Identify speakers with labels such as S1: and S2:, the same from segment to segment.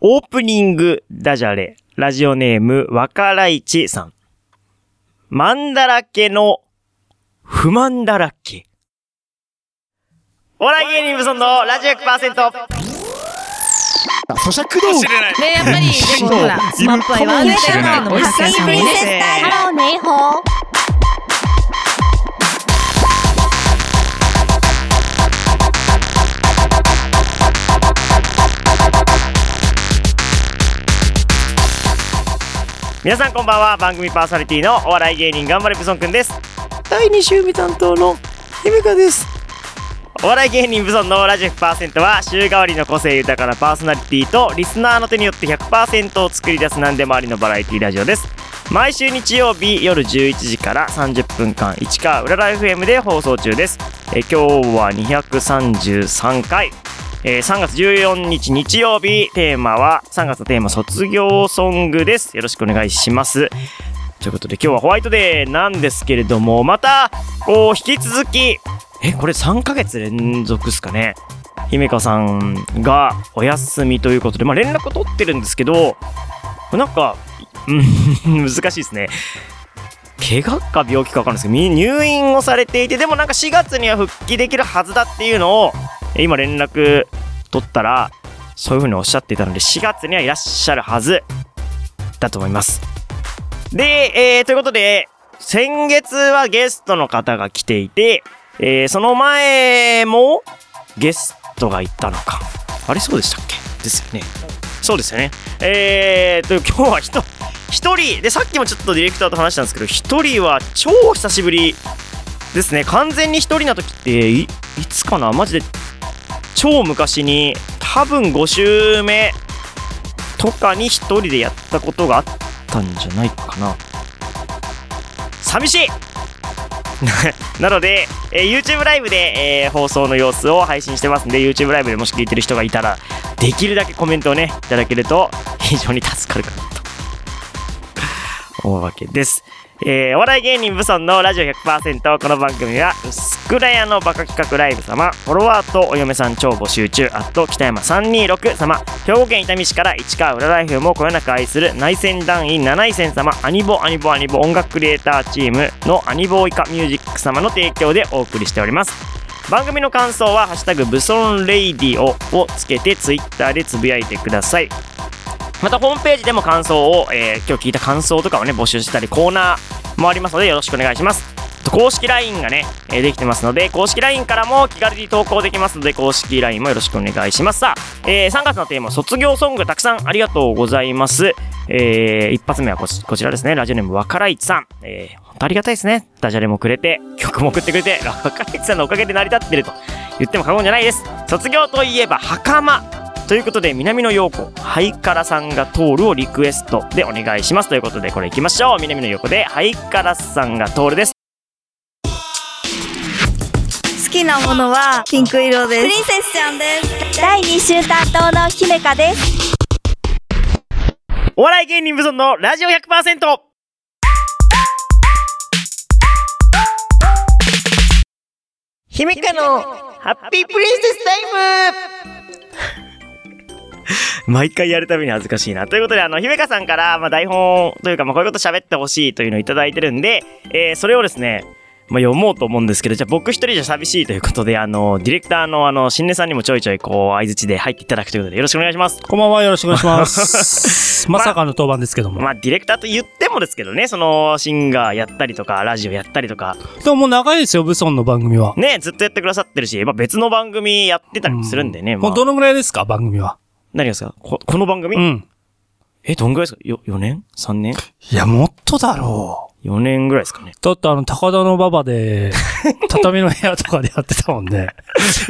S1: オープニングダジャレ、ラジオネーム、わからいちさん。マンだらけの、不満だらけ。お笑い芸人無尊のラジオ100%。
S2: あ咀嚼道具
S3: れない。
S4: ねやっぱり、でもほら、スマップは言わないけど、のも発散したもんね。
S5: ハローネイホー。
S1: 皆さんこんばんは。番組パーソナリティのお笑い芸人、頑張れブソンくんです。第2週目担当の、ゆめかです。お笑い芸人ブソンのラジオ100%は、週替わりの個性豊かなパーソナリティと、リスナーの手によって100%を作り出す何でもありのバラエティラジオです。毎週日曜日夜11時から30分間、市川うらら FM で放送中です。えー今日は233回。えー3月14日日曜日、テーマは、3月のテーマ、卒業ソングです。よろしくお願いします。ということで、今日はホワイトデーなんですけれども、また、こう、引き続き、え、これ3ヶ月連続ですかね。姫香さんがお休みということで、まあ連絡取ってるんですけど、なんか、うん、 難しいですね。怪我か病気か分かんないですけどみ、入院をされていて、でもなんか4月には復帰できるはずだっていうのを、え今連絡取ったら、そういうふうにおっしゃっていたので、4月にはいらっしゃるはずだと思います。で、えー、ということで、先月はゲストの方が来ていて、えー、その前もゲストが行ったのか。あれそうでしたっけですよね。そうですよね。えー、と、今日は人、一人、で、さっきもちょっとディレクターと話したんですけど、一人は超久しぶりですね。完全に一人な時って、い、いつかなマジで、超昔に、多分5週目とかに一人でやったことがあったんじゃないかな。寂しい なので、えー YouTube ライブで、えー放送の様子を配信してますんで、YouTube ライブでもし聞いてる人がいたら、できるだけコメントをね、いただけると非常に助かるかなと思うわけです。えー、お笑い芸人ブソンのラジオ100%この番組は薄倉屋のバカ企画ライブ様フォロワーとお嫁さん超募集中あと北山326様兵庫県伊丹市から市川浦ライフもこよなく愛する内戦団員7位戦様アニボアニボアニボ音楽クリエイターチームのアニボイカミュージック様の提供でお送りしております番組の感想は「ハッシュタグブソンレイディオ」をつけてツイッターでつぶやいてくださいまたホームページでも感想を、えー今日聞いた感想とかをね募集したりコーナーもありますのでよろしくお願いします公式 LINE がね、えーできてますので公式 LINE からも気軽に投稿できますので公式 LINE もよろしくお願いしますさあ、えー3月のテーマ卒業ソングたくさんありがとうございますえー一発目はこちこちらですねラジオネームわからいちさんえー、本当ありがたいですねダジャレもくれて曲も送ってくれて わからいちさんのおかげで成り立ってると言っても過言じゃないです卒業といえば袴ということで南野陽子ハイカラさんが通るをリクエストでお願いしますということでこれいきましょう南野陽子でハイカラさんが通るです
S6: 好きなものはピンク色です。プリンセスちゃんです。第2週担当の姫香です。
S1: お笑い芸人無存のラジオ100%ひめかのハッピープリンセスタイム毎回やるたびに恥ずかしいな。ということで、あの、ひめかさんから、まあ、台本というか、まあ、こういうこと喋ってほしいというのをいただいてるんで、えーそれをですね、まあ、読もうと思うんですけど、じゃあ僕一人じゃ寂しいということで、あの、ディレクターの、あの、新根さんにもちょいちょい、こう、相槌で入っていただくということで、よろしくお願いします。
S7: こんばんは、よろしくお願いします。まさかの当番ですけども。
S1: まあ、ディレクターと言ってもですけどね、その、シンガーやったりとか、ラジオやったりとか、
S7: でももう長いですよ、ブソンの番組は。
S1: ね、ずっとやってくださってるし、まあ、別の番組やってたりもするんでね、ま
S7: も
S1: あ
S7: う、どのぐらいですか、番組は。
S1: 何がですかここの番組、
S7: うん。
S1: え、どんぐらいですかよ ?4 年 ?3 年
S7: いや、もっとだろ
S1: ?4 年ぐらいです かね
S7: う。。だってあの、高田の馬場で、畳の部屋とかでやってたもんね。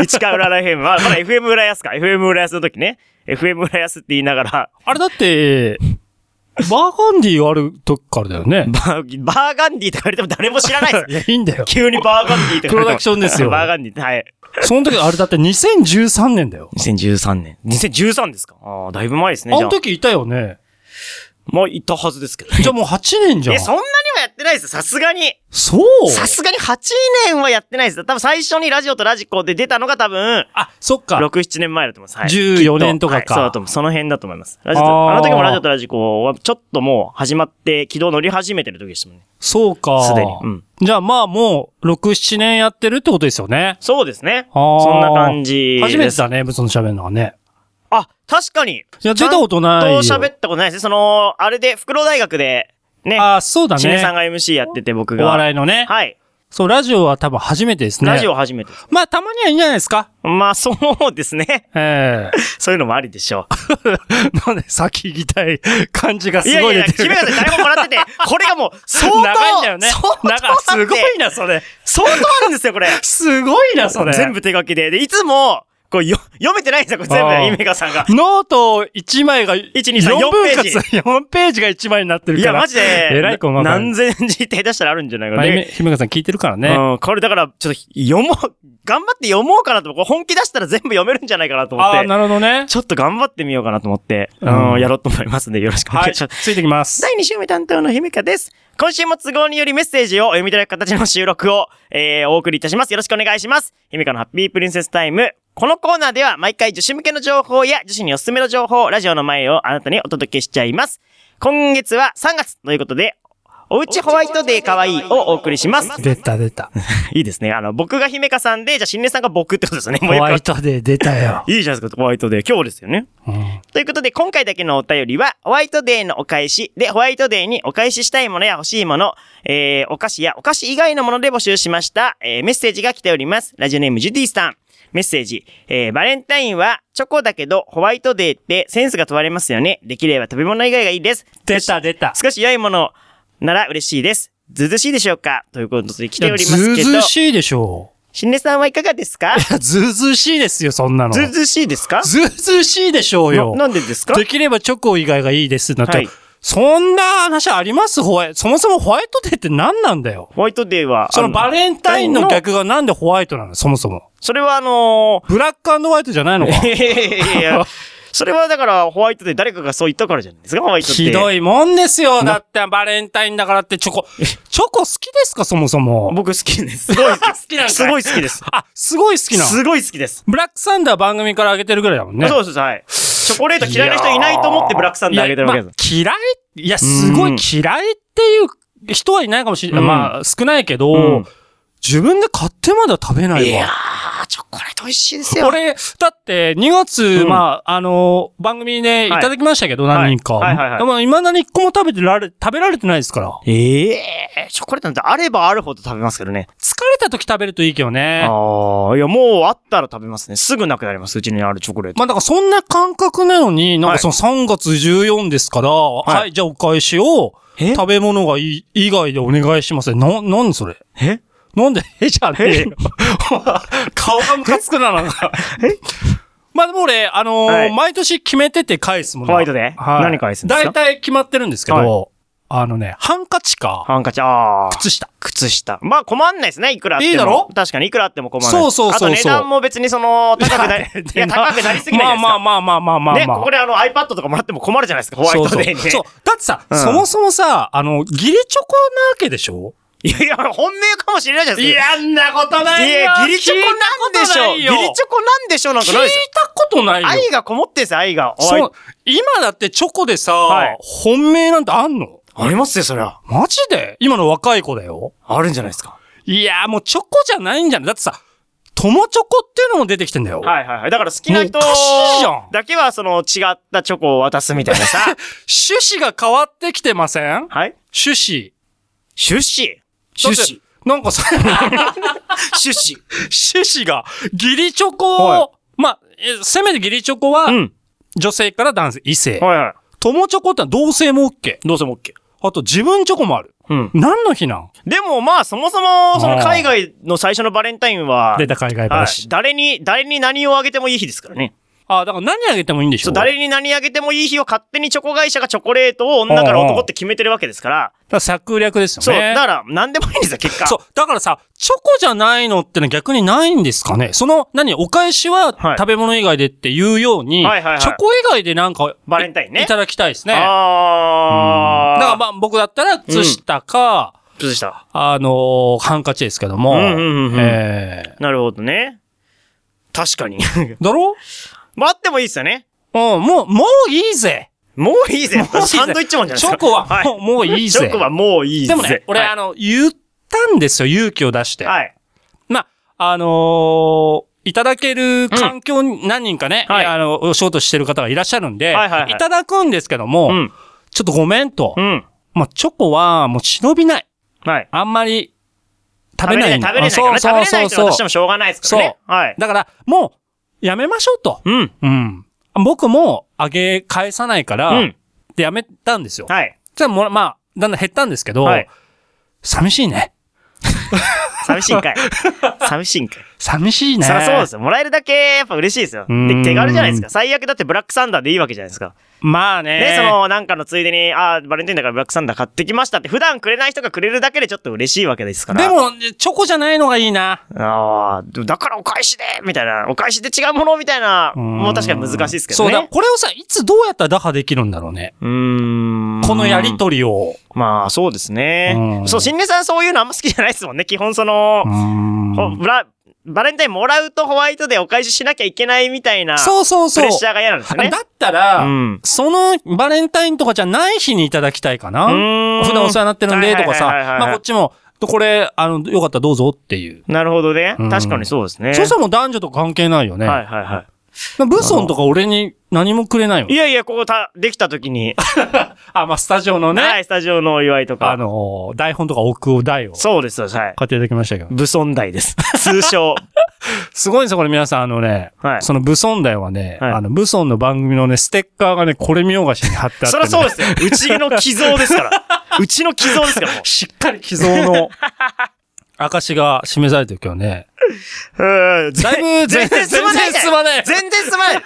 S1: 市川浦 FM は、まだ FM 浦安か。FM 浦安の時ね。FM 浦安って言いながら、
S7: あれだって、バーガンディがある時からだよね。
S1: バーバーガンディとか言われても誰も知らないです
S7: 。いや、いいんだよ。
S1: 急にバーガンディとか言われても。
S7: プロダクションですよ
S1: バーガンディって、はい。
S7: その時、あれだって2013年だよ。
S1: 2013年。2013ですかああ、だいぶ前ですね、
S7: あ
S1: じゃ
S7: の
S1: あ。
S7: 時いたよね。
S1: まあ、いたはずですけど。
S7: じゃあもう8年じゃん
S1: え、。そんなにもはやってないですよ、さすがに。
S7: そう
S1: さすがに8年はやってないです。多分最初にラジオとラジコで出たのが多分、
S7: あ、そっか
S1: 6、。7年前だと思います。はい、
S7: 14年とか
S1: はいそうだ
S7: か
S1: と。思う。その辺だと思います。ラジオと
S7: あー
S1: あの時もラジオとラジコはちょっともう始まって、軌道乗り始めてる時でしたもんね。
S7: そうか。
S1: すでに。うん。
S7: じゃあまあもう、6、7年やってるってことですよね。
S1: そうですね。
S7: あー
S1: そんな感じです。
S7: 初めてだね、ブツの喋るのはね。
S1: あ、確かに。
S7: いや出たことないよ
S1: ちゃんと喋ったことないですね。その、あれで、袋大学で、ね。
S7: あー、そうだ
S1: しねさん
S7: ね。
S1: が MC やってて、僕
S7: お
S1: が。
S7: 笑いのね。
S1: はい。
S7: そう、ラジオは多分初めてですね。
S1: ラジオ初めてです。
S7: まあ、たまにはいいんじゃないですか。
S1: まあ、そうですね。
S7: ええ
S1: そういうのもありでしょう。
S7: なんで、先行きたい感じがす
S1: いやい
S7: ご
S1: や
S7: い
S1: いや、
S7: 出て
S1: 君
S7: る。
S1: が台本も らってて、これがもう、相当、
S7: 長いんだよね
S1: 相。当
S7: 長い、すごいな、それ。
S1: 相当あるんですよ、これ。
S7: すごいな、それ。
S1: 全部手書きで。で、いつも、こう、よ読めてないんですよ、これ全
S7: あー
S1: 部、イメカ さんが。
S7: ノート1枚が、1、
S1: 2 3 4ページ
S7: 4ページが1枚になってる
S1: い
S7: か
S1: や、
S7: ら。
S1: マジで、
S7: えらい細かい
S1: 何千字手出したらあるんじゃないか
S7: まあ
S1: な。
S7: ひ
S1: で
S7: めひめかさん聞いてるからね。
S1: うん、これだから、ちょっと読もう、頑張って読もうかなと、これ本気出したら全部読めるんじゃないかなと思
S7: あ
S1: っ
S7: あ、
S1: て、
S7: なるほどね。
S1: ちょっと頑張ってみようかなと思って、
S7: うん
S1: うん、やろうと思いますんで、よろしくお願
S7: はいい、
S1: します。
S7: ついてきます。
S1: 第2週目担当のひめかです。今週も都合によりメッセージをお読みいただく形の収録を、えー、お送りいたします。よろしくお願いします。ひめかのハッピープリンセスタイム。このコーナーでは毎回女子向けの情報や女子におすすめの情報、ラジオの前をあなたにお届けしちゃいます。今月は3月ということで、おうちホワイトデーかわいいをお送りします。
S7: 出た出た。
S1: いいですね。あの、僕が姫香さんで、じゃあ、新根さんが僕ってことですよね。
S7: ホ
S1: もうよくわか
S7: ワイトデー出たよ。
S1: いいじゃないですか、ホワイトデー。今日ですよね。
S7: うん
S1: ということで、今回だけのお便りは、ホワイトデーのお返しで、ホワイトデーにお返ししたいものや欲しいもの、えー、お菓子やお菓子以外のもので募集しました、えー、メッセージが来ております。ラジオネームジュディさん。メッセージ。えー、バレンタインはチョコだけど、ホワイトデーってセンスが問われますよね。できれば食べ物以外がいいです。
S7: 出た出た。
S1: 少し良いものなら嬉しいです。ずうずうしいでしょうかということで来
S7: い
S1: て
S7: や
S1: おりま
S7: ず
S1: す
S7: う
S1: け
S7: ず
S1: ど
S7: う、しいでしょ
S1: 新根さんはいかがですか
S7: う。ずうずうしいですよ、そんなの。
S1: ず
S7: ず
S1: うずうしいですか
S7: うずうしいでしょうよ。
S1: ななんでですか
S7: できればチョコ以外がいいですなんて、
S1: はい
S7: そんな話ありますホワイそもそもホワイトデーって何なんだよ
S1: ホワイトデーは、
S7: そのバ
S1: ン、
S7: レンタインの逆がなんでホワイトなのそもそも。
S1: それはあの
S7: ブラックホワイトじゃないのか
S1: ー、いやいやい やそれはだからホワイトデー誰かがそう言ったからじゃないですか、ホワイトデー。
S7: ひど
S1: い。
S7: いもんですよ。だってバレンタインだからってチョコ。チョコ好きですかそもそも。
S1: 僕好きです。すごい好き
S7: 好きなんかい
S1: すごい好きです。
S7: あ、すごい好きなの。
S1: すごい好きです。
S7: ブラックサンダー番組からあげてるぐらいだもんね。
S1: そうそうそう、はい。チョコレート嫌いな人いないと思ってブラックサンダーあげてるわけです。
S7: いやまあ嫌いいや、すごい嫌いっていう人はいないかもしれない。
S1: うん
S7: まあ、少ないけど、
S1: うん
S7: 自分で買ってまだ食べないわ。
S1: いやー、チョコレート美味しいですよ。
S7: 俺、だって、2月、
S1: うん
S7: まあ、あのー番組でいただきましたけど、
S1: はい
S7: 何人か。
S1: はいはいはい
S7: でも、未だに1個も食べてられ、食べられてないですから。
S1: え
S7: 疲
S1: えー、チョコレートなんてあればあるほど食べますけどね。
S7: れた時食べるといいけどね。
S1: ああ、いや、もうあったら食べますね。すぐなくなります、うちにあるチョコレート。
S7: まあ、だからそんな感覚なのに、なん
S1: は
S7: か
S1: い
S7: その3月14ですから、はい、
S1: い
S7: じゃあお返しを、
S1: え
S7: 食べ物がい以外でお願いします。な、なんでそれ
S1: え
S7: なんで、えじゃね えよ。顔がムカつくな、なんか。まあでも俺、あのー
S1: はい
S7: 毎年決めてて返すもの。
S1: ホワイトデー何返すんですか
S7: 大体決まってるんですけど、
S1: は
S7: あのね、ハンカチか、
S1: ハンカチ、ああ。
S7: 靴下。
S1: 靴下。まあ困んないですね、いくらあっても。
S7: いいだろ
S1: 確かにいくらあっても困んない。
S7: そうそうそうそう
S1: あと値段も別にその、高くなり、いや、高くなりすぎないじゃないですか。
S7: まあまあまあまあまあまあ、
S1: ね、ここであの iPad とかもらっても困るじゃないですか、ホワイトデーにね。
S7: そうそう。そうだってさ、
S1: うん
S7: そもそもさ、あの、義理チョコなわけでしょ
S1: いやいや、本命かもしれないじゃないですか。
S7: んなこと
S1: いや、義理チョコなんでしょう。義理チョコなんでしょうなんか
S7: 聞い
S1: ないですよ。
S7: たことないよ。
S1: 愛がこもってんすよ、愛が。おい
S7: そう。今だってチョコでさ、
S1: はい
S7: 本命なんてあんの
S1: ありますよ、そりゃ。
S7: マジで今の若い子だよ。
S1: あるんじゃないですか。
S7: いやーもうチョコじゃないんじゃないだってさ、友チョコっていうのも出てきてんだよ。
S1: はいはいはい。だから好きな人
S7: もうおかしいじゃん
S1: だけはその違ったチョコを渡すみたいな さ。
S7: 趣旨が変わってきてません
S1: はい
S7: 趣旨。
S1: 出資
S7: だって。なん かさ、
S1: 出資。
S7: 趣旨が、義理チョコ
S1: は
S7: を、まあ、えせめて義理チョコは、
S1: うん。
S7: 女性から男性、異性。
S1: はいは
S7: 友チョコってのは同性も OK。
S1: い。どうせも OK。
S7: あと自分チョコもある。
S1: うん。
S7: 何の日なん
S1: でもまあそもそも、その海外の最初のバレンタインは、
S7: 出た海外
S1: は
S7: 話
S1: い、。誰に、誰に何をあげてもいい日ですからね。
S7: あ、だから何あげてもいいんでし
S1: そ
S7: ょ
S1: う、誰に何あげてもいい日を勝手にチョコ会社がチョコレートを女から男って決めてるわけですから。
S7: だから策略ですよね。
S1: そう、だから何でもいいんですよ、結果。
S7: そう。だからさ、チョコじゃないのってのは逆にないんですかねその、何お返しは
S1: はい
S7: 食べ物以外でっていうように、
S1: はいはいはい
S7: チョコ以外でなんか、
S1: バレンタインね
S7: いただきたいですね。だか
S1: あー。
S7: らまあ僕だったら、靴下か、
S1: どうでした
S7: あのーハンカチですけども、
S1: うんうんうんうん
S7: え
S1: なるほどね。確かに。
S7: ー、だろ
S1: 待ってもいいっすよね。
S7: うん、もう、もういいぜ
S1: もういいぜ。
S7: もういいぜ
S1: サンドイッチマンじゃないです
S7: チ
S1: か。
S7: ョコは、
S1: はい
S7: もうもういいぜ
S1: チョコはもういいぜ。
S7: でもね、俺、
S1: はい
S7: あの、言ったんですよ、勇気を出して。
S1: はい。
S7: まあ、あのーいただける環境に何人かね、
S1: はい
S7: あの、お仕事してる方がいらっしゃるんで、
S1: はいはいはい
S7: ただくんですけども、
S1: うん。
S7: ちょっとごめんと、
S1: うん。
S7: まあ、チョコはもう忍びない。
S1: はい。
S7: あんまり食
S1: 食
S7: べ
S1: べ
S7: な
S1: れないい、食べれ
S7: の
S1: ないからね。食べれない人は私もしょうがないですからね。はい。
S7: だから、もう、やめましょうと。
S1: うん。
S7: うん。僕も、あげ返さないから、
S1: うん。
S7: でやめたんですよ。
S1: はい。
S7: じゃあ、もらまあ、だんだん減ったんですけど、
S1: はい
S7: 寂しいね。
S1: 寂しいん かい。寂しいんかい。
S7: 寂しいね。
S1: そりゃそうですよ。もらえるだけ、やっぱ嬉しいですよ。
S7: うー
S1: で、
S7: ん
S1: 手軽じゃないですか。最悪だってブラックサンダーでいいわけじゃないですか。
S7: まあね。
S1: ね、その、なんかのついでに、あーバレンタインだからブラックサンダー買ってきましたって、普段くれない人がくれるだけでちょっと嬉しいわけですから。
S7: で、も、チョコじゃないのがいいな。
S1: ああ、だからお返しでみたいな、お返しで違うものみたいな、もう確かに難しいですけどね。
S7: そうだ、これをさ、いつどうやったら打破できるんだろうね。
S1: うーん。
S7: このやりとりを。
S1: まあ、そうですね
S7: う。ん
S1: そう、新根さんそういうのあんま好きじゃないですもんね。基本その、ほブラ、バレンタインもらうとホワイトでお返ししなきゃいけないみたいな、
S7: そうそう
S1: プ
S7: そう
S1: レッ。シャーが嫌なんですよね。
S7: だったら、
S1: うん
S7: そのバレンタインとかじゃない日にいただきたいかな。
S1: うーん
S7: 普段お世話になってるんで、とかさ。
S1: はいはいはいはいはい
S7: まあこっちも、これ、あの、よかったらどうぞっていう。
S1: なるほどね
S7: うん。
S1: 確かにそうですね。
S7: そうしたらもう男女とか関係ないよね。
S1: はいはいは
S7: まあブソンとか俺に何もくれないよ
S1: い。い。やいや、ここた、できた時に、
S7: あ、まあスタジオのね、
S1: はい、スタジオのお祝いと
S7: あ
S1: か。
S7: のー、台本とか奥を台を買
S1: そうです、はい。
S7: っていただきましたけど。
S1: 武尊台です。通称。
S7: すごいですよ、これ皆さん。あのね、
S1: はい
S7: その武尊台はね、
S1: はい
S7: あの、武尊の番組のね、ステッカーがね、これ見よがしに貼ってあって、ね。
S1: そりゃそうですよ。うちの寄贈ですから。うちの寄贈ですから、もう。
S7: しっかり寄贈の 証が示されてるけどね。
S1: うん
S7: だいぶ
S1: 全然すまない。
S7: 全然すまない
S1: 全然すまない。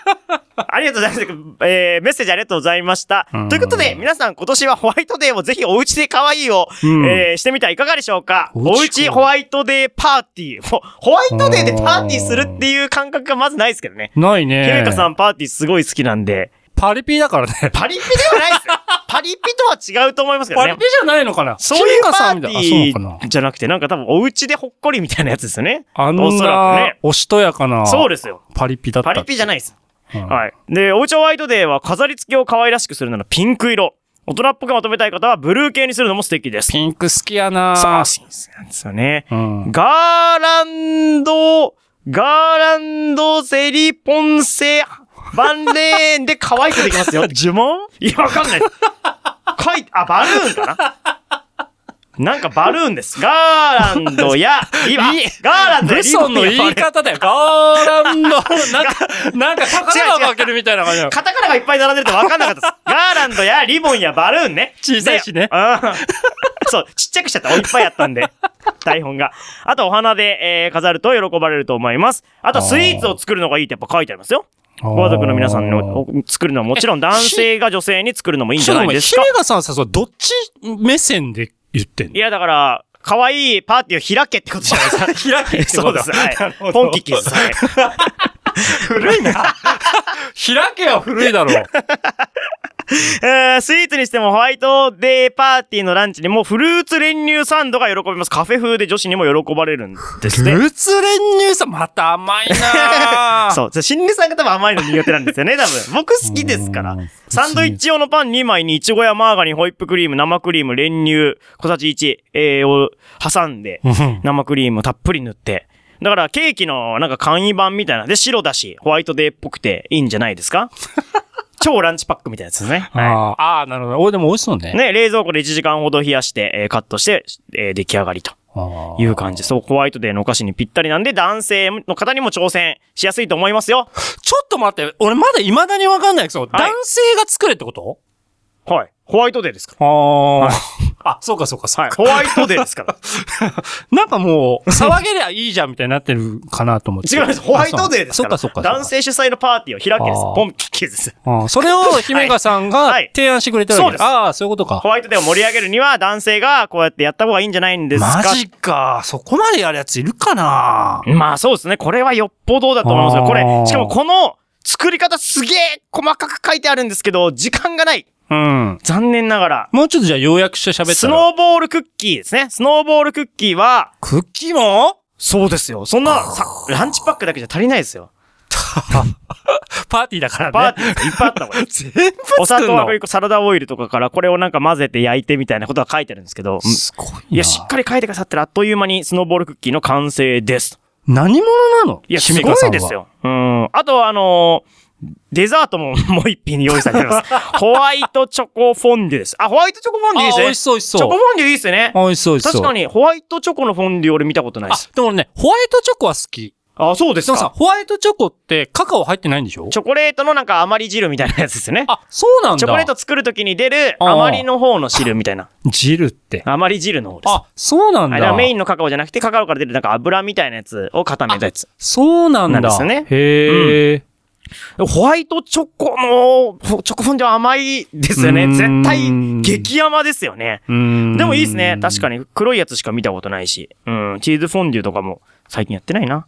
S1: ありがとうございます。えー、メッセージありがとうございました
S7: うん。
S1: ということで、皆さん今年はホワイトデーをぜひお家で可愛いを、
S7: うん
S1: えー、してみてはいかがでしょうか。
S7: おうち
S1: おうちホワイトデーパーティー。ほホワイトデーでパーティーするっていう感覚がまずないですけどね。
S7: ないね。
S1: ケメカさんパーティーすごい好きなんで、
S7: パリピだからね。
S1: パリピではないですよ。パリピとは違うと思いますけど
S7: パリ
S1: ね
S7: ピ。じゃないのかな
S1: そういう
S7: ケメカ
S1: パ
S7: さん
S1: ーテ
S7: みたいな。あ、そうなの
S1: ィ
S7: かな
S1: ーじゃなくて、なんか多分お家でほっこりみたいなやつですよね。
S7: あ
S1: お
S7: ん
S1: そらく
S7: な
S1: ね、
S7: おしとやかな、
S1: そうですよ。
S7: パリピだっ
S1: パ
S7: たっけ。
S1: リピじゃないです。
S7: うん
S1: はい。で、おうちホワイトデーは飾り付けを可愛らしくするならピンク色。大人っぽくまとめたい方はブルー系にするのも素敵です。
S7: ピンク好きやな
S1: そうなんですよね。
S7: うん。
S1: ガーランド、ガーランドセリポンセ、バンレーンで可愛くできます よ。呪文いや、わかんない。かい、あ、バルーンかななんかバルーンです。ガーランドや、今、ガーランドや
S7: ブ
S1: リ
S7: ソ
S1: ボ
S7: ン
S1: ン
S7: の
S1: や
S7: 言い方だよ。ガー ランド、なんか、なんか宝箱開けるみたいな感じだよ。
S1: カタカナがいっぱい並んでると分かんなかった です。ガーランドやリボンやバルーンね。
S7: 小さいしね
S1: でうんそう、ちっちゃくしちゃった。おいっぱいやった んで。台本が。あと、お花で、えー飾ると喜ばれると思います。あと、スイーツを作るのがいいってやっぱ書いてありますよ。ご家族の皆さんのお作るのはもちろん男性が女性に作るのもいいんじゃないです
S7: ち
S1: か
S7: ょっと。待ってヒメガさんさ、そうどっち目線で言ってん
S1: いや、だから、可愛いパーティーを開けってことじゃない ですか。開け
S7: ってことだ
S1: そうです。
S7: な
S1: は
S7: るほど
S1: い。ポンキッキーズさん ね。
S7: 古いな。開けは古いだろう。
S1: えースイーツにしてもホワイトデーパーティーのランチにもフルーツ練乳サンドが喜びます。カフェ風で女子にも喜ばれるんですっ
S7: フ
S1: て。
S7: ルーツ練乳さん、また甘いな
S1: そう。じゃあ新根さんが多分甘いの苦手なんですよね、多分。僕好きですから
S7: うん。
S1: サンドイッチ用のパン2枚にイチゴやマーガリン、ホイップクリーム、生クリーム、練乳、小さじ1、えーを挟んで、
S7: う
S1: 生クリームをたっぷり塗って。だからケーキのなんか簡易版みたいな。で、白だし、ホワイトデーっぽくていいんじゃないですか 超ランチパックみたいなやつですね。はい。
S7: あーあー、なるほど。おでも美味しそうね。
S1: ね、冷蔵庫で1時間ほど冷やして、えーカットして、えー出来上がりと
S7: あー
S1: いう感じ。そう、ホワイトデーのお菓子にぴったりなんで、男性の方にも挑戦しやすいと思います よ。
S7: ちょっと待って、俺まだ未だにわかんないけど、
S1: い
S7: 男性が作れってこと
S1: はい。ホワイトデーですか
S7: ああ。 あ、そうかそうか、そう
S1: はい。
S7: か。
S1: ホワイトデーです から。
S7: なんかもう、騒げりゃいいじゃんみたいになってるかなと思って。
S1: 違うんです。ホワイトデーです
S7: そ
S1: から。
S7: っかそっか。
S1: 男性主催のパーティーを開けです
S7: あー。
S1: ポンキッキーです。
S7: ああそれを姫川さんが
S1: はい
S7: 提案してくれてるわけ、
S1: はい
S7: ああ、そういうことか
S1: ホ。ワイトデーを盛り上げるには男性がこうやってやった方がいいんじゃないんですか
S7: マジか。そこまでやるやついるかな
S1: まあそうですね。これはよっぽどだと思いますよ。
S7: あー
S1: これ、しかもこの作り方すげえ細かく書いてあるんですけど、時間がない。
S7: うん。
S1: 残念ながら。
S7: もうちょっとじゃあ要約して喋ったら。
S1: スノーボールクッキーですね。スノーボールクッキーは、
S7: クッキーも
S1: そうですよ。そんな、さランチパックだけじゃ足りないですよ。
S7: パーティーだからね。
S1: パーティーっていっぱいあった方が いい
S7: 全部作るの
S1: お砂糖、アクリル、サラダオイルとかからこれをなんか混ぜて焼いてみたいなことは書いてあるんですけど、うん
S7: すごいな。
S1: いや、しっかり書いてくださったらあっという間にスノーボールクッキーの完成です。
S7: 何者なの
S1: いや、す
S7: 姫
S1: ご
S7: 川さん
S1: いで
S7: は
S1: すよ。うん。あとは、あのーデザートももう一品用意されて ます。ホワイトチョコフォンデュです。あ、ホワイトチョコフォンデュいい
S7: あ
S1: です
S7: 美
S1: ね。
S7: 味しそう、美味し
S1: チョコ
S7: そ
S1: フ
S7: う。
S1: ォンデュいいですよね。
S7: 美味しそう、美味しそう。
S1: 確か
S7: に。
S1: に、ホワイトチョコのフォンデュ俺見たことないで
S7: あ
S1: す。、
S7: でもね、ホワイトチョコは好き。
S1: あそうで
S7: でもさ、。ホワイトチョコってカカオ入ってないんでしょ
S1: チョコレートのなんか余り汁みたいなやつですよね。
S7: あ、そうなんだ。
S1: チョコレート作るときに出る
S7: あー
S1: 余りの方の汁みたいな。
S7: 汁って。
S1: 余り汁の方です。
S7: あ、そうなん
S1: あれは
S7: だ。
S1: メインのカカオじゃなくて、カカオから出るなんか油みたいなやつを固めたやつ。
S7: そうなんだ。
S1: なんですよね
S7: へえ。
S1: ホワイトチョコの、ほチョコフォンデュは甘いですよ
S7: う
S1: ね。
S7: ー
S1: 絶
S7: ん
S1: 対、激甘ですよね。
S7: うん。
S1: でもいいですね。確か
S7: に。
S1: に黒いやつしか見たことないし。うん。チーズフォンデュとかも最近やってないな。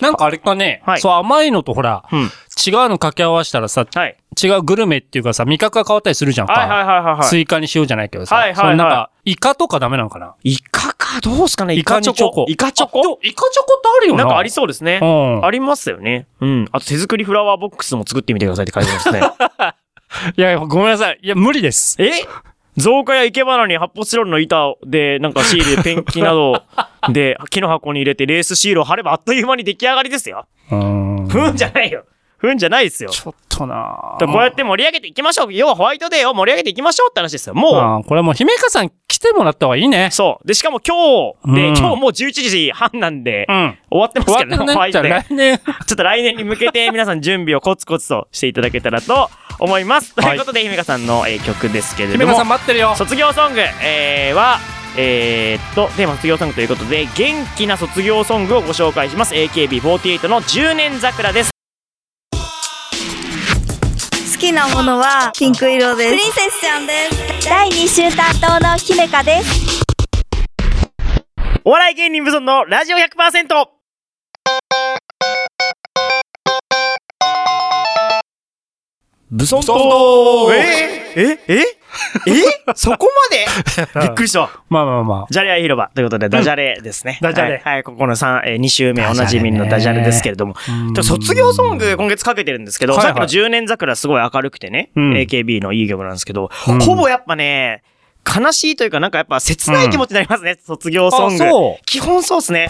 S7: なんかあれかね
S1: は、い
S7: そう甘いのとほら、
S1: うん。
S7: 違うの掛け合わせたらさ、
S1: はい。
S7: 違うグルメっていうかさ、味覚が変わったりするじゃんか。
S1: はいはいはいはいはい。
S7: 追加にしようじゃないけどさ。
S1: はいはいはい
S7: そのなんか、イカとかダメなのかな
S1: イカか、どうすかね
S7: イカチョコ。
S1: イカチョ
S7: あでも
S1: コ
S7: イカチョコってあるよ
S1: な
S7: な。
S1: んかありそうですね。
S7: うん。
S1: ありますよね。うん。あと手作りフラワーボックスも作ってみてくださいって書いてました ね。
S7: いや、ごめんなさい。いや、無理です。
S1: え造花や生け花に発泡スチロールの板で、なんかシールでペンキなど で、木の箱に入れてレースシールを貼ればあっという間に出来上がりですよ。
S7: うん
S1: ふんじゃないよ。ふんじゃないですよ。
S7: ちょっとなぁ
S1: だからこうやって盛り上げていきましょう。要はホワイトデーを盛り上げていきましょうって話ですよ。もう、
S7: あーこれはもう、姫香さん来てもらった方がいいね。
S1: そう。で、しかも今日で、
S7: う
S1: 今
S7: ん
S1: 日もう11時半なんで、
S7: ん。
S1: 終わってます
S7: 終わ
S1: け
S7: った
S1: どね、
S7: ね
S1: ホワイ
S7: じゃ
S1: ト
S7: あ
S1: デー
S7: 来年。
S1: ちょっと来年に向けて皆さん準備をコツコツとしていただけたらと思います。
S7: はい
S1: ということで、姫香さんの、えー曲ですけれど
S7: 姫香
S1: も
S7: さん、待ってるよ。
S1: 卒業ソング、えーは、えーっと、テーマ卒業ソングということで、元気な卒業ソングをご紹介します。AKB48 の10年桜です。
S6: 好きなものはピンク色です。プリンセスちゃんです。第2週担当の姫香です。
S1: お笑い芸人無存のラジオ 100%! ブソン
S7: ソン
S1: と
S7: と
S1: えーええええそこまで びっくりした。
S7: まあまあま
S1: じゃれ合い広場ということで、ダジャレですね。
S7: ダジャレ
S1: はいはい、ここの3、えー、2週目おなじみのダ
S7: ダ
S1: ジ
S7: ジャ
S1: ャ
S7: レね
S1: レですけれども。
S7: あ。
S1: でも卒業ソング今月かけてるんですけど、
S7: はいはい
S1: さっきの10年桜すごい明るくてね、
S7: うん
S1: AKB のいい曲なんですけど、
S7: うん
S1: ほぼやっぱね、悲しいというかなんかやっぱ切ない気持ちになりますね、卒業ソング
S7: あそう。
S1: 基本そうですね。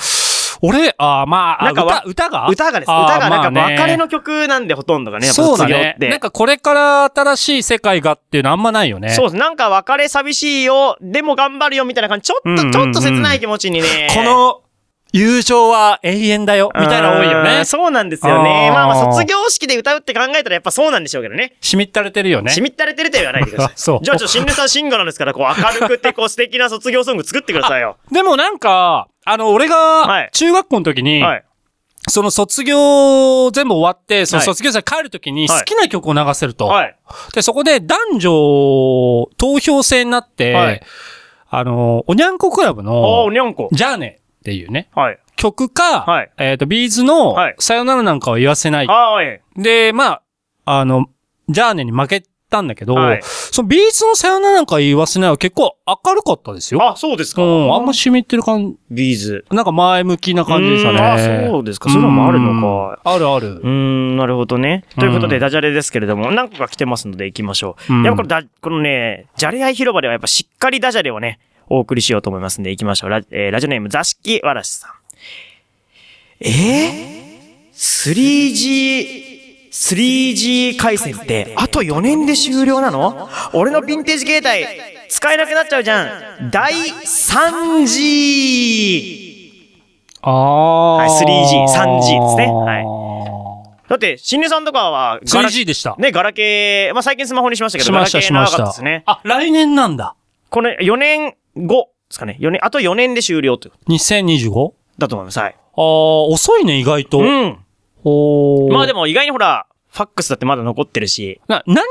S7: 俺、あーまあ、
S1: なんかわ
S7: あ歌、歌が
S1: 歌がです。
S7: あー
S1: 歌がなん
S7: ま
S1: か
S7: あね
S1: 別れの曲なんでほとんどがね、やっぱ
S7: そう
S1: 卒
S7: だ
S1: 業
S7: ね
S1: っ。て。
S7: なんかこれから新しい世界がっていうのあんまないよね。
S1: そうです。なんか別れ寂しいよ、でも頑張るよみたいな感じ、ちょっと、
S7: うんうんうん
S1: ちょっと切ない気持ちにね。
S7: この友情は永遠だよ、みたいなの多いよ
S1: う
S7: ね
S1: ん。そうなんですよね。
S7: あー
S1: まあまあ卒業式で歌うって考えたらやっぱそうなんでしょうけどね。
S7: しみったれてるよね。
S1: し。みったれてるとは言わないでください
S7: そう
S1: じゃあちょっと新根さんシンガーなんですから、こう明るくてこう素敵な卒業ソング作ってくださいよ。
S7: でもなんか、あの、俺
S1: は
S7: が
S1: い、
S7: 中学校の時に、
S1: はい。
S7: その卒業全部終わって、その
S1: はい
S7: 卒業生帰る時に
S1: は
S7: 好
S1: い
S7: きな曲を流せると。
S1: はい。
S7: で、そこで男女投票制になって、
S1: はい
S7: あの、おにゃんこクラブ
S1: おお
S7: の、
S1: にゃんこ。
S7: じゃあねっていうね、
S1: はい。
S7: 曲か、
S1: はい
S7: えっ、と、ビーズの
S1: はい、
S7: さよならなんかは言わせない。
S1: はい。
S7: で、まあ、あの、じゃあねに負けたんだけど、
S1: はい
S7: そのビーズのさよならなんか言わせないは結構明るかったですよ。
S1: あ、そうです
S7: う
S1: か。
S7: ん、あんま染みってる感
S1: ビーズ。
S7: じ、なんか前向きな感じでしたね。
S1: うーんあそうですかそういうのもあるのか
S7: うん。あるある
S1: う。ーん、なるほどね。ということ
S7: う
S1: で、
S7: ん
S1: ダジャレですけれども、何個か来てますので行きましょう。
S7: うん
S1: やっぱこれだ、このね、じゃれ合い広場ではやっぱしっかりダジャレをね、お送りしようと思いますんで行きましょう。ラ,、えーラジオネーム、座敷わらしさん。えー、3G、3G 回線って、あと4年で終了なの俺のヴィンテージ携帯、使えなくなっちゃうじゃん。第 3G! い 3G 3G ですね
S7: ああは
S1: だって、新入さんとかは、ガラ
S7: 3G でした。
S1: ね、ガラケー、まあ最近スマホにしましたけど、
S7: しまし
S1: ガ
S7: た、
S1: ラケ
S7: し
S1: ー長
S7: ま
S1: か
S7: し
S1: った
S7: た
S1: ですね。。
S7: あ、来年なんだ。
S1: この4年後ですかね。4年、あと4年で終了という、
S7: 2025?
S1: だと思います。はい。
S7: あー、遅いね、意外と。
S1: うん。
S7: おー
S1: まあでも意外にほら、ファックスだってまだ残ってるし、
S7: な、何、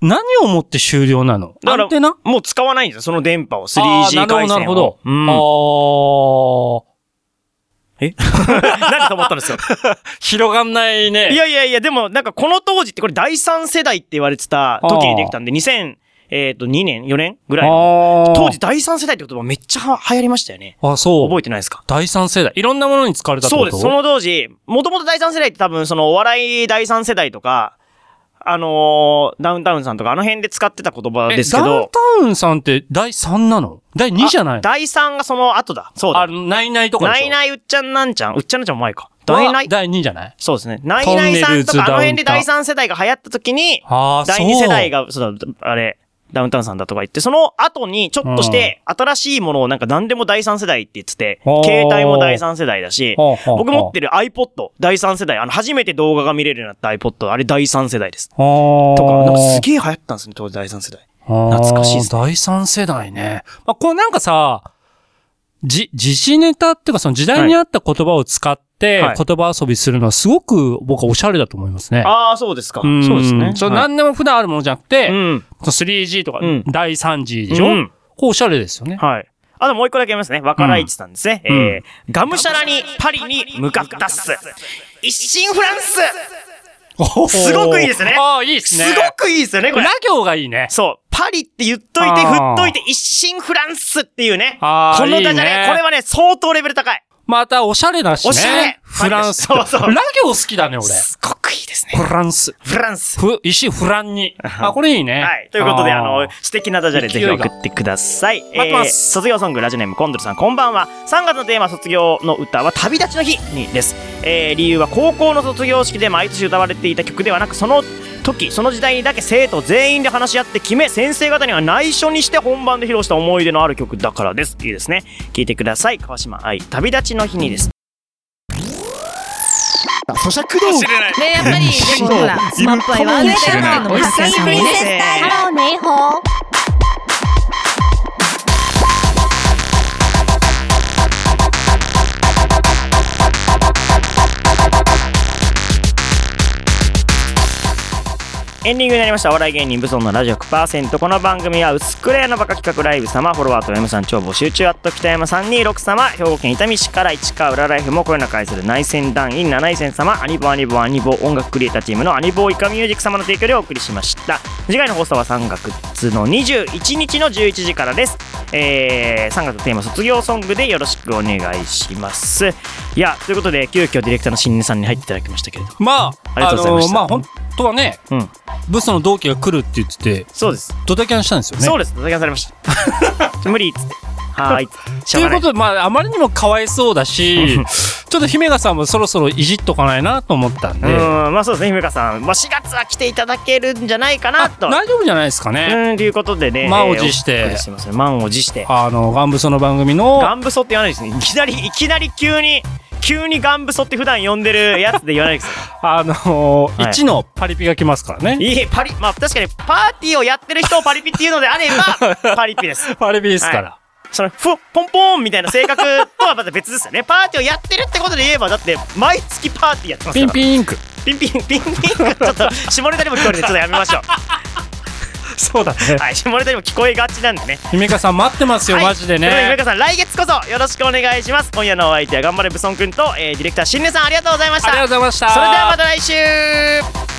S7: 何をもって終了なの
S1: だから
S7: アンテナ
S1: もう使わないんですよ、その電波を。
S7: あー
S1: 3G 回線を。
S7: なるほど、
S1: う
S7: なる
S1: ん。
S7: ほど。あー。
S1: 何と思ったんですよ。
S7: 広がんないね。
S1: いやいやいや、でもなんかこの当時ってこれ第三世代って言われてた時にできたんで、2000、えっと、2年 ?4 年ぐらいの。
S7: あー
S1: 当時。第三世代って言葉めっちゃは流行りましたよね。
S7: あ、そう。
S1: 覚えてないですか
S7: 第三世代。いろんなものに使われたって
S1: そう
S7: こ
S1: で
S7: と
S1: す。その当時、もともと第三世代って多分そのお笑い第三世代とか、あのーダウンタウンさんとかあの辺で使ってた言葉
S7: え
S1: ですけど。
S7: ダウンタウンさんって第3なの第2じゃないの
S1: 第3がその後だ。そう
S7: あ
S1: だ。
S7: の、ないないとか
S1: ナイ
S7: い。
S1: ナイ、うっちゃんなんちゃん。うっちゃんなんちゃんも前か。ナイ
S7: 第
S1: ナ
S7: ない
S1: イ。
S7: 第2じゃない
S1: そうですね。ナイナイさんとかあの辺で
S7: トンネ
S1: 第
S7: ルズ
S1: 3世代が流行った時に、
S7: ああ、
S1: 第
S7: そう
S1: 2世代。が、そうだ、あれ、ダウンタウンさんだとか言って、その後にちょっとして、新しいものをなんか何でも第3世代って言ってて、
S7: あー
S1: 携帯も第3世代だし、
S7: ほうほうほう
S1: 僕持ってる iPod、第3世代、あの、初めて動画が見れるようになった iPod、あれ第3世代です。
S7: と
S1: とか、なんかすげえ流行ったんですね、当時第3世代。懐
S7: 懐
S1: かしいっす
S7: 第3世代ね。まあ、こうなんかさ、じ、時事ネタっていうかその時代に合った言葉を使って、
S1: はい
S7: 言葉遊びするのはすごく僕はおしゃれだと思いますね。
S1: ああ、そうですか。
S7: ん
S1: そうですね。
S7: そう、
S1: はい
S7: 何でも普段あるものじゃなくて、
S1: うん。
S7: その 3G とか、
S1: うん
S7: 第 3G でし
S1: う
S7: ょ、
S1: ん
S7: こうおしゃれですよね。
S1: はい。あともう一個だけありますね。若らいちさんですね。
S7: ん
S1: えー、がむしゃらにパリに向かったっす。一心不乱っす すごくいいですね
S7: ああ、いいです
S1: す
S7: ね。
S1: ごくいいですよね、これ
S7: ラ。行がいいね。
S1: そう。パリって言っといて、
S7: あー
S1: 振っといて、一心不乱っすっていうね。こ
S7: あー
S1: のダジャ
S7: いい
S1: レ、
S7: ね
S1: これはね、相当レベル高い。
S7: またおしゃれだしね。
S1: おしゃれ
S7: フランス。
S1: そうそう
S7: ラ行好きだね、俺。
S1: すごくいいですね。
S7: フランス。
S1: フランス。
S7: ふ、石フラ ンに。あ、これいいね。
S1: はい。ということで、あ
S7: ー
S1: の、素敵なダジャレぜひ
S7: 勢い
S1: 送
S7: が
S1: ってください。
S7: 待ってます
S1: えー卒業ソングラジオネームコンドルさん、こんばんは。3月のテーマ、卒業の歌は旅立ちの日にです。えー理由は高校の卒業式で毎年歌われていた曲ではなく、その時、その時代にだけ生徒全員で話し合って決め、先生方には内緒にして本番で披露した思い出のある曲だからです。いいですね。聴いてください。川島愛、旅立ちの日にです。
S2: 咀嚼道具
S4: ね、やっぱり、でもほら、スマップは言われてるのも
S5: 一
S4: 昔
S5: 緒に
S4: の
S5: プリンセ
S4: ね。
S5: ス隊ハローネイホー
S1: エンディングになりました。お笑い芸人、武装のラジオ100%。この番組は、薄くれのバカ企画ライブ様、フォロワーと M さん超募集中、アット北山326様、兵庫県伊丹市から市川浦ライフも、こよなく愛する内戦団員7位戦様、アニボアニボアニボ音楽クリエイターチームのアニボイカミュージック様の提供でお送りしました。次回の放送は3月の21日の11時からです。えー、3月のテーマ、卒業ソングでよろしくお願いします。いや、ということで、急遽ディレクターの新根さんに入っていただきましたけれども。
S7: ま
S1: ありが
S7: あ、あ
S1: とうございま
S7: の、
S1: した
S7: まあ、本当はね、
S1: うん。
S7: ブスの同期が来るって言ってて、
S1: そうです。
S7: ドタキャンしたんですよね。
S1: そう
S7: う
S1: です。叩き出されま した。無理っつって。はーい っつって。し
S7: と
S1: ょう
S7: い
S1: が
S7: う
S1: ない
S7: ことで、まあ、あまりにもかわいそうだし、ちょっと姫香さんもそろそろいじっとかないなと思ったんで、
S1: う
S7: あ
S1: ーん、まあそうですね、姫香さん。まあ4月は来ていただけるんじゃないかなと。う
S7: 大丈夫じゃないですかね。
S1: ーん、ということでね。
S7: 満を持して
S1: えーお送りします満を持して。
S7: あの、ガンブソの番組の、
S1: ガンブソって言わないですね。いきなり、いきなり急に、急にガンブソって普段呼んでるやつで言わないですよ。
S7: あのー、
S1: はい
S7: 1のパリピが来ますからね。
S1: いい、パリ、まあ確かにパーティーをやってる人をパリピっていうのであれ ば、パリピです。
S7: パリピですから。
S1: その、ふ、ポンポンみたいな性格とはまた別ですよね。パーティーをやってるってことで言えば、だって毎月パーティーやってますか
S7: ピ
S1: ら
S7: ン。ピンインク。
S1: ピンピン、ピンピンがちょっと、下ネタにも聞こえるんで、ちょっとやめましょ う。
S7: そうだね。
S1: はい、下ネタにも聞こえがちなんでね。
S7: 姫香さん待ってますよ、
S1: はい
S7: マジで
S1: ということゆめ
S7: ね
S1: か。さん、来月こそよろしくお願いします。今夜のお相手は、頑張れブソンくんと、えーディレクター、しんねさん、ありがとうございまし
S7: あ
S1: た。
S7: りがとうございました。
S1: それではまた来週